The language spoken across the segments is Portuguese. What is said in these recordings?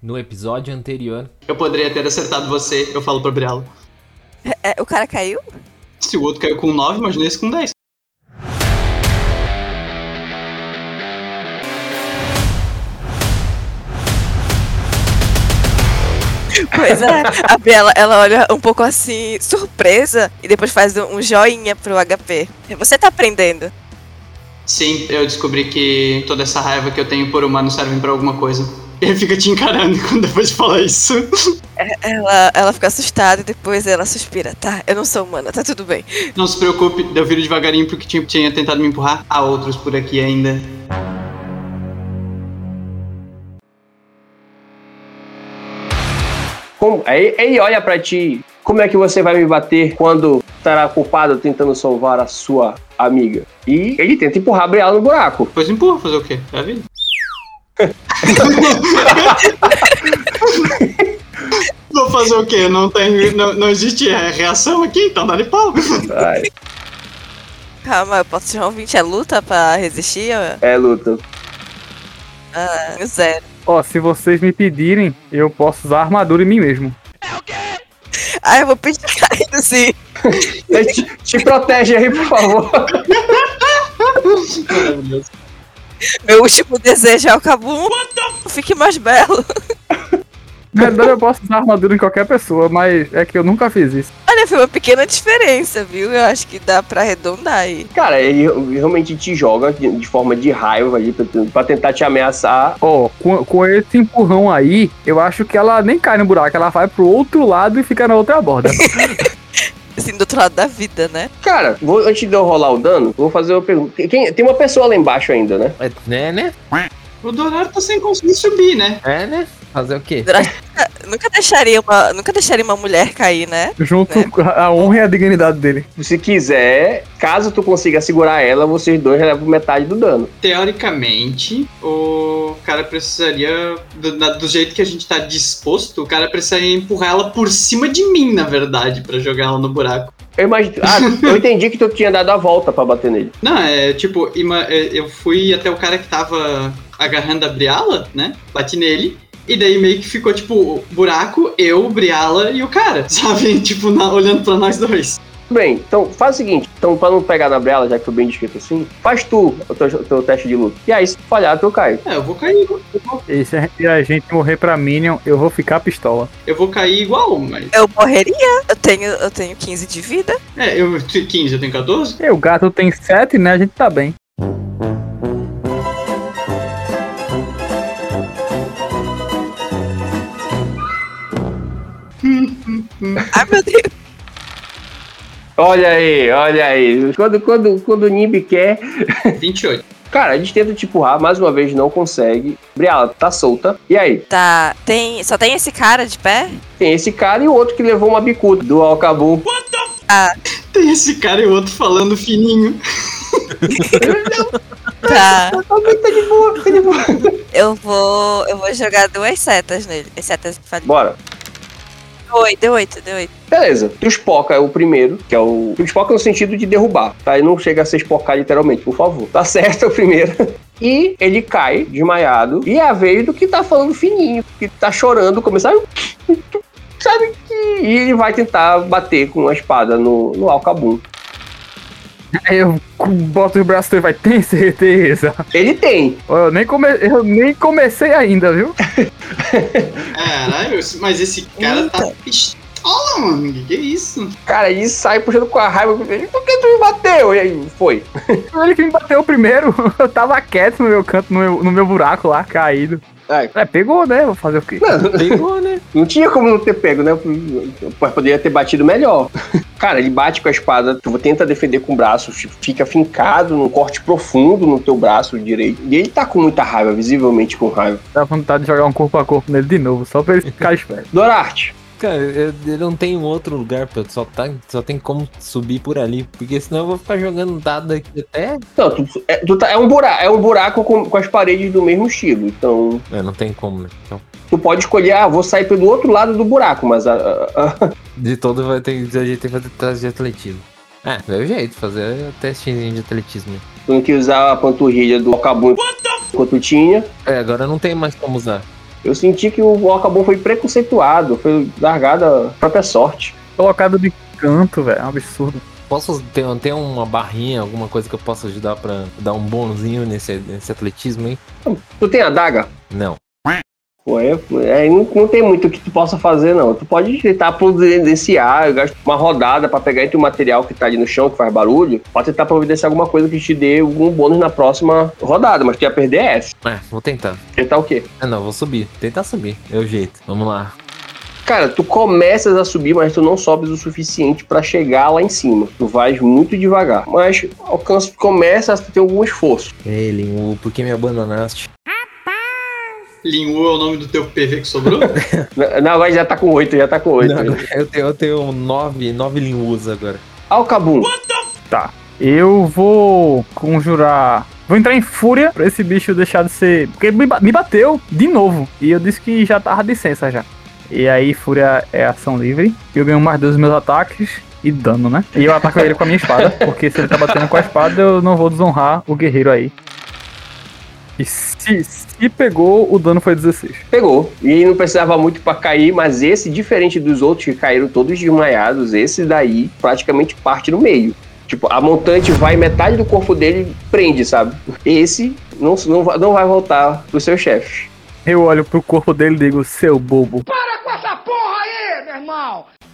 no episódio anterior. Eu poderia ter acertado você, eu falo pra Briella. É, o cara caiu? Se o outro caiu com 9, imagina esse com 10. Pois é, a Bela ela olha um pouco assim, surpresa, e depois faz um joinha pro HP. Você tá aprendendo. Sim, eu descobri que toda essa raiva que eu tenho por humano serve pra alguma coisa. Ele fica te encarando quando depois de falar isso. Ela, ela fica assustada e depois ela suspira. Tá, eu não sou humana, tá tudo bem. Não se preocupe, eu viro devagarinho porque tinha, tinha tentado me empurrar. Há outros por aqui ainda. Como? Aí ele olha pra ti. Como é que você vai me bater quando estará culpado tentando salvar a sua amiga? E ele tenta empurrar a Briala no buraco. Pois empurra, fazer o quê? É a vida. Vou fazer o quê? Não, tem, não, não existe é, reação aqui, então dá-lhe pau. Ai, Calma, eu posso tirar um 20 é luta pra resistir? é luta. Ah, zero. Ó, se vocês me pedirem, eu posso usar armadura em mim mesmo. Ah, eu vou pedir caído sim. Mas Te, te protege aí, por favor. Meu último desejo é o Kabum. Fique mais belo. Na verdade, eu posso usar armadura em qualquer pessoa, mas é que eu nunca fiz isso. Olha, foi uma pequena diferença, viu? Eu acho que dá pra arredondar aí. Cara, ele realmente te joga de, de forma de raiva ali pra, pra tentar te ameaçar. Ó, com, com esse empurrão aí, eu acho que ela nem cai no buraco, ela vai pro outro lado e fica na outra borda. Assim, do outro lado da vida, né? Cara, vou, antes de eu rolar o dano, vou fazer uma pergunta. Quem- tem uma pessoa lá embaixo ainda, né? É, né, né? O Dourado tá sem conseguir subir, né? É, né? Fazer o quê? Nunca deixaria uma, nunca deixaria uma mulher cair, né? Junto com a a honra e a dignidade dele. Se quiser, caso tu consiga segurar ela, vocês dois levam metade do dano. Teoricamente, o cara precisaria, do, na- do jeito que a gente tá disposto, o cara precisaria empurrar ela por cima de mim, na verdade, pra jogar ela no buraco. Eu imagino. Ah, eu entendi que tu tinha dado a volta pra bater nele. Não, é tipo, ima- é, eu fui até o cara que tava agarrando a Briala, né? Bati nele. E daí meio que ficou, tipo, o buraco, eu, Briala e o cara, sabe? Tipo, na- olhando pra nós dois. Tudo bem, então faz o seguinte: então, pra não pegar na brela, já que foi bem descrito assim, faz tu o teu, teu teste de luta. E aí, se tu falhar, tu cai. É, eu vou cair, eu vou, E se a- se a gente morrer pra Minion, eu vou ficar pistola. eu vou cair igual, mas. Eu morreria. Eu tenho, eu tenho 15 de vida. É, eu 15, eu tenho 14? E o gato tem 7, né? A gente tá bem. Ai, meu Deus. Olha aí, olha aí. Quando, quando, quando o Nimbi quer. 28. Cara, eles tentam te empurrar, mais uma vez não consegue. Briala, tá solta. E aí? Tá, tem, só tem esse cara de pé? Tem esse cara e o outro que levou uma bicuda do Alcabu. Tem esse cara e o outro falando fininho. Tá. tá de boa, tá de boa. Eu vou, eu vou jogar duas setas nele. As setas que falei. Bora. Oi, deu oito, deu oito. Beleza, tu espoca é o primeiro, que é o. Tu espoca no sentido de derrubar, tá? E não chega a ser espocar literalmente, por favor. Tá certo, é o primeiro. E ele cai, desmaiado, e é a vez do que tá falando fininho, que tá chorando, começando. Sabe que. E ele vai tentar bater com a espada no, no Alcabum. Aí eu cu- boto os braços e vai, tem certeza? Ele tem. Ó, Eu nem, come... eu nem comecei ainda, viu? Caralho, mas esse cara tá pistola, mano. Que que é isso? Cara, ele sai puxando com a raiva. Por que tu me bateu? E aí foi. Ele que me bateu primeiro. Eu tava quieto no meu canto, no meu, no meu buraco lá, caído. Ai. É, pegou, né? Vou fazer o quê? Pegou, né? Não tinha como não ter pego, né? Mas poderia ter batido melhor. Cara, ele bate com a espada, tu tenta defender com o braço, fi- fica fincado num corte profundo no teu braço direito. E ele tá com muita raiva, visivelmente com raiva. Dá vontade de jogar um corpo a corpo nele de novo, só pra ele ficar esperto. Dorarte, Cara, eu, eu não tenho outro lugar, pra, só, tá, só tem como subir por ali. Porque senão eu vou ficar jogando dado aqui até. não, tu, é, tu tá- é um buraco, é um buraco com, com as paredes do mesmo estilo. Então, É, não tem como, né? Então, tu pode escolher, ah, vou sair pelo outro lado do buraco, mas ah, a- a- a- de todo vai ter, a gente tem que fazer teste de atletismo. Ah, é o jeito, fazer o testezinho de atletismo. tu não quis usar a panturrilha do Ocabum enquanto tinha. É, agora não tem mais como usar. Eu senti que o Walkabout foi preconceituado, foi largado à própria sorte. Colocado de canto, velho. É um absurdo. Posso ter, ter uma barrinha, alguma coisa que eu possa ajudar pra dar um bônusinho nesse, nesse atletismo aí? Tu tem a daga? Não. Pô, é, é, não, não tem muito que tu possa fazer, não. Tu pode tentar providenciar, gasta uma rodada pra pegar entre o material que tá ali no chão, que faz barulho, pra tentar providenciar alguma coisa que te dê algum bônus na próxima rodada, mas tu ia perder essa. É, vou tentar. Tentar o quê? Ah, não, vou subir. Tentar subir. É o jeito. Vamos lá. Cara, tu começas a subir, mas tu não sobes o suficiente pra chegar lá em cima. Tu vais muito devagar. Mas alcança, começa a ter algum esforço. Ei, Linhu, É, por que me abandonaste? Linhu é o nome do teu PV que sobrou? Na- Na agora já tá com oito, já tá com oito. Não, eu tenho, eu tenho nove, nove Linhus agora. Alcabum, Eu vou conjurar. Vou entrar em fúria pra esse bicho deixar de ser. Porque ele me ba- me bateu de novo. E eu disse que já tava de licença já. E aí, fúria é ação livre. Eu ganho mais dois dos meus ataques e dano, né? E eu ataco ele com a minha espada. Porque se ele tá batendo com a espada, eu não vou desonrar o guerreiro aí. E se, se pegou, o dano foi 16. pegou. E não precisava muito pra cair, mas esse, diferente dos outros que caíram todos desmaiados, esse daí praticamente parte no meio. Tipo, a montante vai, metade do corpo dele prende, sabe? Esse não, não, vai- não vai voltar pro seu chefe. Eu olho pro corpo dele e digo, seu bobo.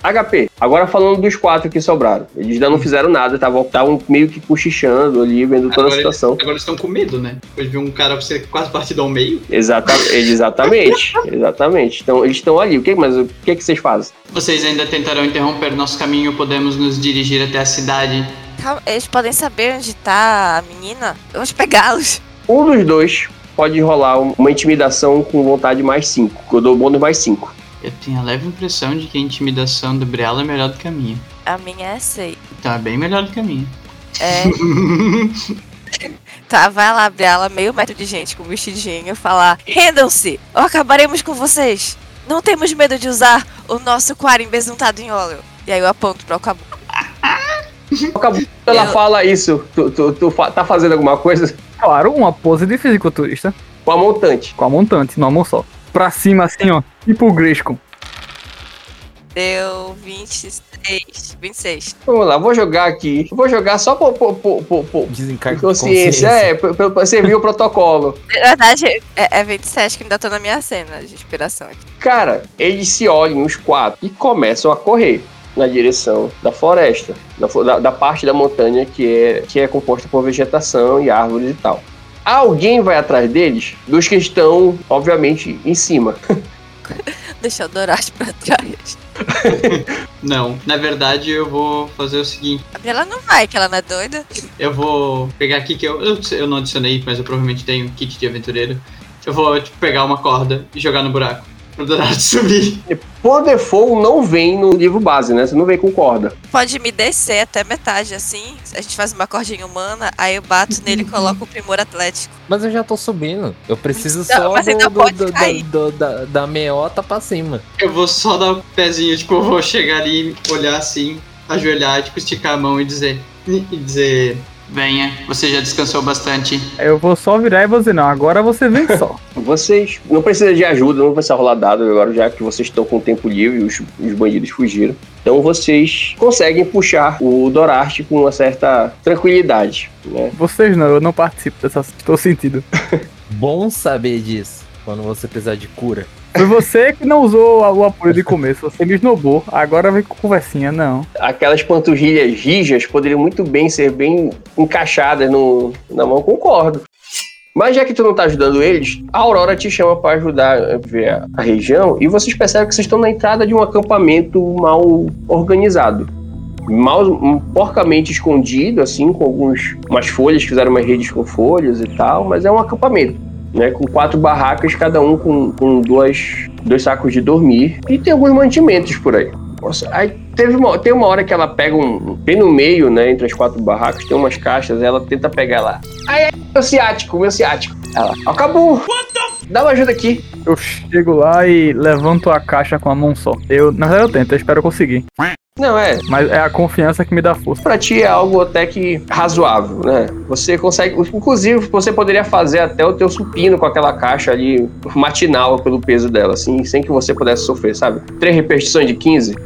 HP, agora falando dos quatro que sobraram. Eles ainda não fizeram nada, estavam estavam meio que cochichando ali, vendo toda a Agora eles, situação. agora eles estão com medo, né? Depois de um cara ser quase partido ao meio. Exata exatamente, exatamente. Então, eles estão ali. O que, mas o que, que vocês fazem? Vocês ainda tentarão interromper nosso caminho, podemos nos dirigir até a cidade. Calma, eles podem saber onde tá a menina. Vamos pegá-los. Um dos dois pode rolar um, uma intimidação com vontade mais 5. Eu dou bônus mais 5. Eu tenho a leve impressão de que a intimidação do Briella é melhor do que a minha. A minha é essa aí. Então é bem melhor do que a minha. É, tá, vai lá, Briala, meio metro de gente com um vestidinho, falar: rendam-se ou acabaremos com vocês. Não temos medo de usar o nosso quarim besuntado em óleo. E aí eu aponto pro Alcabu. Acabou. Ela Eu- fala isso. Tu, tu- tu fa- tá fazendo alguma coisa Claro, uma pose de fisiculturista. com a montante. com a montante, numa mão só. Pra cima, assim, ó. Tipo o Griscom. Deu 26. 26. Vamos lá, vou jogar aqui. Vou jogar só por, por, por, por, por Desencargo de consciência. consciência. É, pra- pra- pra servir o protocolo. Na verdade, é, é 27 que ainda tô na minha cena de inspiração aqui. Cara, eles se olham os quatro e começam a correr na direção da floresta, da, flo- da- da parte da montanha que é, que é composta por vegetação e árvores e tal. Alguém vai atrás deles, dos que estão, obviamente, em cima. Deixar o Dorash pra trás. Não, na verdade eu vou fazer o seguinte. A Briala não vai, que ela não é doida. Eu vou pegar aqui que eu, eu, eu não adicionei, mas eu provavelmente tenho kit de aventureiro. Eu vou tipo, pegar uma corda e jogar no buraco. Pro Dourado subir. Por default, não vem no livro base, né? Você não vem com corda. Pode me descer até metade assim. A gente faz uma cordinha humana, aí eu bato nele e coloco o primor atlético. Mas eu já tô subindo. Eu preciso Não, só mas do, ainda do- pode do- cair. do- da, da meota pra cima. Eu vou só dar o pezinho, tipo, eu vou chegar ali, olhar assim, ajoelhar, tipo, esticar a mão e dizer. E dizer. Venha, você já descansou bastante. Eu vou só virar e vou dizer, não, agora você vem só. Vocês não precisam de ajuda, não precisa rolar dado agora, já que vocês estão com o tempo livre e os, os bandidos fugiram. Então vocês conseguem puxar o Dorarte com uma certa tranquilidade, né? Vocês não, eu não participo dessa... Estou sentido. Bom saber disso. Quando você precisar de cura. Foi você que não usou o apoio de começo, você me snobou. Agora vem com conversinha, não. aquelas panturrilhas rijas poderiam muito bem ser bem encaixadas no, na mão com corda. Mas já que tu não tá ajudando eles, a Aurora te chama pra ajudar a ver a- a região e vocês percebem que vocês estão na entrada de um acampamento mal organizado. Mal, um- porcamente escondido, assim, com alguns, umas folhas, fizeram umas redes com folhas e tal, mas é um acampamento, né? Com quatro barracas, cada um com, com duas, dois sacos de dormir e tem alguns mantimentos por aí. Nossa, aí Teve uma, tem uma hora que ela pega um. Bem no meio, né? Entre as quatro barracas, tem umas caixas, ela tenta pegar lá. Ai, ai, meu ciático, meu ciático. Ela, acabou! Dá uma ajuda aqui. Eu chego lá e levanto a caixa com a mão só. Eu, na verdade eu tento, eu espero conseguir. Não, é. Mas é a confiança que me dá força. Pra ti é algo até que razoável, né? Você consegue. Inclusive, você poderia fazer até o teu supino com aquela caixa ali, matinal pelo peso dela, assim, sem que você pudesse sofrer, sabe? Três repetições de 15,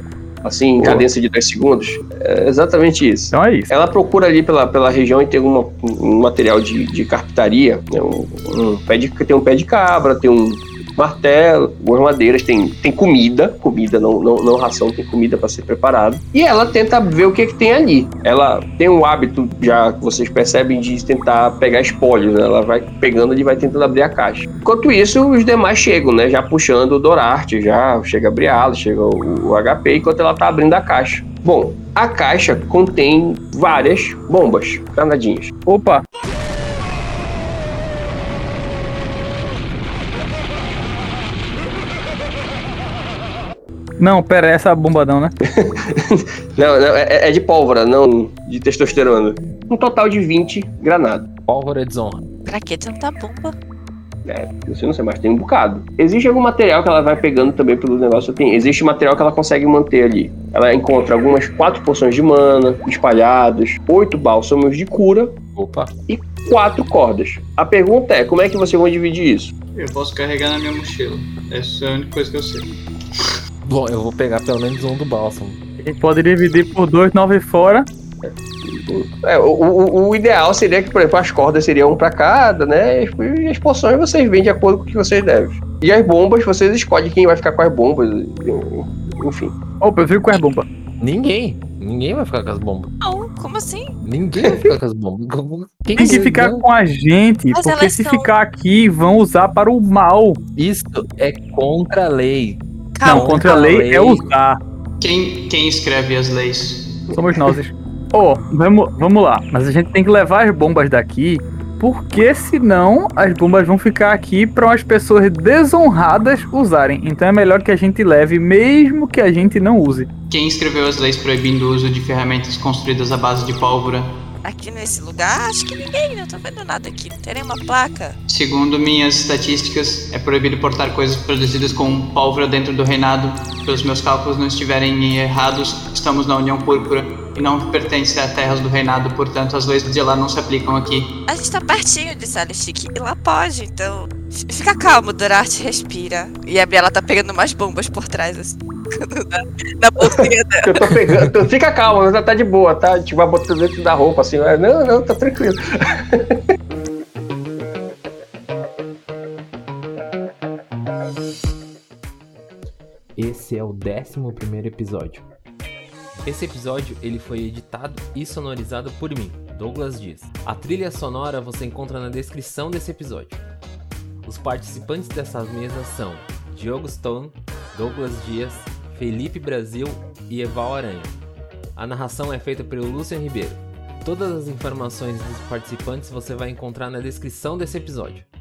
assim, em Boa. cadência de 10 segundos. É exatamente isso. Então é isso. Ela procura ali pela, pela região e tem uma- um material de, de carpintaria, né? um, um pé de, tem um pé de cabra, tem um martelo, algumas madeiras, tem, tem comida, comida, não, não, não ração, tem comida para ser preparada. E ela tenta ver o que, que tem ali. Ela tem um hábito, já que vocês percebem, de tentar pegar espólios, né? Ela vai pegando e vai tentando abrir a caixa. Enquanto isso, os demais chegam, né? Já puxando o Dorarte, já chega a Briala, chega o, o HP, enquanto ela tá abrindo a caixa. Bom, a caixa contém várias bombas, granadinhas. Opa, não, pera, essa bomba não, né? Não, não, é, é de pólvora, não de testosterona. Um total de 20 granadas. Pólvora de desonra. Pra que tanta bomba? Você não sei mais, tem um bocado. Existe algum material que ela vai pegando também pelo negócio? Tem, existe material que ela consegue manter ali. Ela encontra algumas quatro poções de mana espalhadas, oito bálsamos de cura, Opa. quatro cordas. A pergunta é, como é que vocês vão dividir isso? Eu posso carregar na minha mochila. Essa é a única coisa que eu sei. Bom, eu vou pegar pelo menos um do bálsamo. A gente pode dividir por dois, nove fora. É, o, o- o ideal seria que, por exemplo, as cordas seriam um pra cada, né? E as poções vocês vendem de acordo com o que vocês devem. E as bombas, vocês escolhem quem vai ficar com as bombas. Enfim. Opa, eu fico com as bombas. Ninguém. Ninguém vai ficar com as bombas. Não, como assim? Ninguém vai ficar com as bombas. Quem Tem que ficar com a gente, Mas porque elas se são- ficar aqui, vão usar para o mal. Isso é contra a lei. Não, Calma. contra a lei lei. é usar. Quem, quem escreve as leis? Somos nós. Ô, vamos, vamos lá. Mas a gente tem que levar as bombas daqui, porque senão as bombas vão ficar aqui para as pessoas desonradas usarem. Então é melhor que a gente leve, mesmo que a gente não use. Quem escreveu as leis proibindo o uso de ferramentas construídas à base de pólvora? Aqui nesse lugar, acho que ninguém, não tô vendo nada aqui. Não tem nenhuma placa. Segundo minhas estatísticas, é proibido portar coisas produzidas com pólvora dentro do reinado. Pelos meus cálculos não estiverem errados, estamos na União Púrpura e não pertence a terras do reinado, portanto as leis de lá não se aplicam aqui. A gente tá pertinho de Salistic e lá pode, então. f- Fica calmo, Dorarte, respira. E a Biela tá pegando umas bombas por trás, assim. da, da bolsinha dela. Eu tô pegando. tô- fica calma, tá, tá de boa, tá? A gente vai botando dentro da roupa assim. né? Não, não, tá tranquilo. Esse é o 11 primeiro episódio. Esse episódio ele foi editado e sonorizado por mim, Douglas Dias. A trilha sonora você encontra na descrição desse episódio. Os participantes dessa mesa são Diogo Stone, Douglas Dias, Felipe Brasil e Eval Aranha. A narração é feita pelo Lucian Ribeiro. Todas as informações dos participantes você vai encontrar na descrição desse episódio.